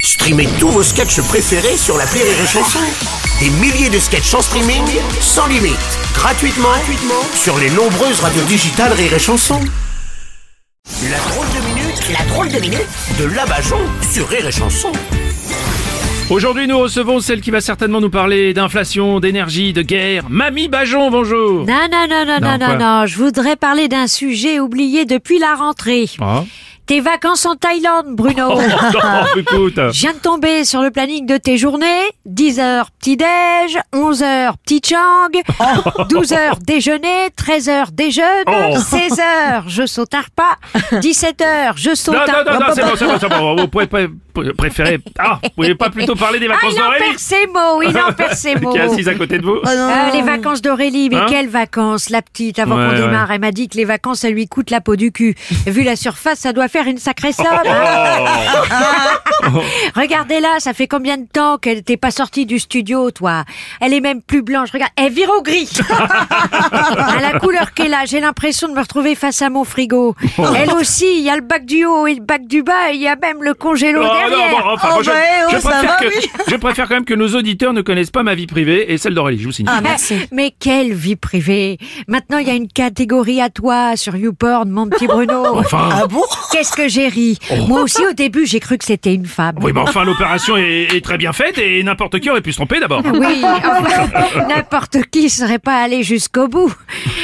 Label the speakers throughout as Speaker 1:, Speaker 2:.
Speaker 1: Streamez tous vos sketchs préférés sur la Rire et Chanson. Des milliers de sketchs en streaming, sans limite, gratuitement, gratuitement sur les nombreuses radios digitales Rire et Chanson. La drôle de minute, la drôle de minute de Labajon sur Rire et Chanson.
Speaker 2: Aujourd'hui, nous recevons celle qui va certainement nous parler d'inflation, d'énergie, de guerre. Mamie Bajon, bonjour
Speaker 3: Non, non, non, non,
Speaker 2: Oh. Non,
Speaker 3: non,
Speaker 2: quoi
Speaker 3: non, non, je voudrais parler d'un sujet oublié depuis la rentrée.
Speaker 2: Ah.
Speaker 3: Tes vacances en Thaïlande, Bruno.
Speaker 2: Oh, non, écoute
Speaker 3: Je viens de tomber sur le planning de tes journées. 10h petit-déj, 11h petit chang, 12h déjeuner, 13h déjeune,
Speaker 2: Oh.
Speaker 3: 16h je saute un repas, 17h je saute
Speaker 2: Non,
Speaker 3: un
Speaker 2: non, non,
Speaker 4: Ah,
Speaker 2: non,
Speaker 4: bah,
Speaker 2: c'est bon, c'est bon, c'est bon. Vous pouvez pas- préférer... Ah, vous pouvez pas plutôt parler des
Speaker 3: Ah,
Speaker 2: vacances
Speaker 3: il en
Speaker 2: d'Aurélie
Speaker 3: perd ses mots, il en perd ses mots.
Speaker 2: Qui est assise à côté de
Speaker 4: Oh,
Speaker 2: vous Oh,
Speaker 3: Euh, les vacances d'Aurélie, mais
Speaker 2: Hein
Speaker 3: quelles vacances La petite, avant
Speaker 2: Ouais,
Speaker 3: qu'on
Speaker 2: ouais.
Speaker 3: démarre, elle m'a dit que les vacances, ça lui coûte la peau du cul. Vu la surface, ça doit faire une sacrée somme. hein.
Speaker 4: Ah,
Speaker 2: Oh.
Speaker 3: Regardez là, ça fait combien de temps qu'elle n'était pas sortie du studio, toi Elle est même plus blanche, regarde, elle vire au gris À la couleur qu'elle a, j'ai l'impression de me retrouver face à mon frigo.
Speaker 2: Oh.
Speaker 3: Elle aussi, il y a le bac du haut et le bac du bas, et il y a même le congélo
Speaker 2: Oh, non,
Speaker 3: derrière.
Speaker 2: bon, enfin, moi, je,
Speaker 4: bah, eh, oh,
Speaker 2: je
Speaker 4: ça
Speaker 2: préfère
Speaker 4: va,
Speaker 2: que- je préfère quand même que nos auditeurs ne connaissent pas ma vie privée et celle d'Aurélie, je vous signale.
Speaker 4: Ah, merci.
Speaker 3: Mais quelle vie privée Maintenant, il y a une catégorie à toi sur YouPorn, mon petit Bruno.
Speaker 2: Enfin,
Speaker 4: Ah bon
Speaker 3: Qu'est-ce que j'ai ri Moi aussi, au début, j'ai cru que c'était une femme.
Speaker 2: Oh. oui, bah. mais enfin, l'opération est, est très bien faite et n'importe qui aurait pu se tromper d'abord.
Speaker 4: Ah.
Speaker 3: Oui, enfin, n'importe qui serait pas allé jusqu'au bout.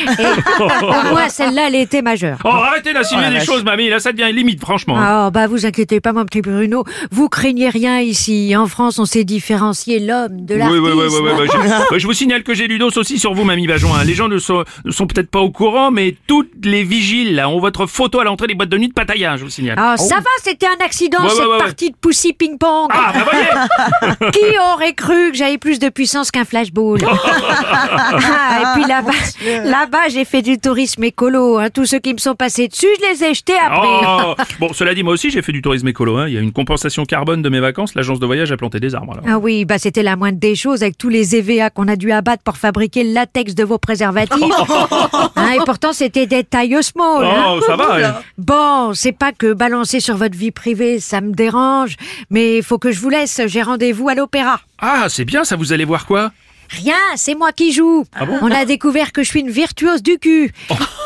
Speaker 3: Et au moins, celle-là, elle était majeure.
Speaker 2: Oh, arrêtez d'assimiler
Speaker 4: Oh, la
Speaker 2: des
Speaker 4: vache.
Speaker 2: choses, mamie, là, ça devient limite, franchement. hein.
Speaker 3: Ah, bah, vous inquiétez pas, mon petit Bruno. Vous craignez rien ici. En France, on sait différencier l'homme de
Speaker 2: Oui,
Speaker 3: l'artiste.
Speaker 2: oui, oui, oui, oui, oui, Je, ouais, je vous signale que j'ai lu l'os aussi sur vous, Mamie Bajon. hein. Les gens ne sont, ne sont peut-être pas au courant, mais toutes les vigiles là, ont votre photo à l'entrée des boîtes de nuit de Pattaya, hein, je vous signale.
Speaker 3: Ah, ça va, c'était un accident,
Speaker 2: Ouais, ouais,
Speaker 3: cette
Speaker 2: ouais, ouais.
Speaker 3: partie de poussy ping-pong.
Speaker 2: Ah, bah voyez
Speaker 3: Qui aurait cru que j'avais plus de puissance qu'un flashball Ah, Et puis là-bas, là-bas, j'ai fait du tourisme écolo. hein. Tous ceux qui me sont passés dessus, je les ai jetés après.
Speaker 2: Oh Bon, cela dit, moi aussi, j'ai fait du tourisme écolo. hein. Il y a une compensation carbone de mes vacances. L'agence de voyage a planté des arbres. alors.
Speaker 3: Ah oui, bah c'était la moindre des choses avec tous les EVA qu'on a dû abattre pour fabriquer le latex de vos préservatifs. Hein, et pourtant, c'était des tailles small. hein.
Speaker 2: Oh, ça va hein.
Speaker 3: Bon, c'est pas que balancer sur votre vie privée, ça me dérange, mais faut que je vous laisse, j'ai rendez-vous à l'opéra.
Speaker 2: Ah, c'est bien, ça vous allez voir quoi
Speaker 3: Rien, c'est moi qui joue.
Speaker 4: Ah
Speaker 3: On a découvert que je suis une virtuose du cul.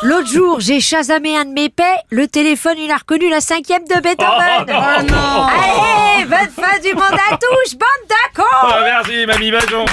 Speaker 3: L'autre jour, j'ai chasamé un de mes paix, le téléphone, il a reconnu la cinquième de Beethoven.
Speaker 4: Oh non
Speaker 3: Allez, bonne fin du monde à tous, bande
Speaker 2: Oh,
Speaker 3: d'accord
Speaker 2: merci, Mamie Bajon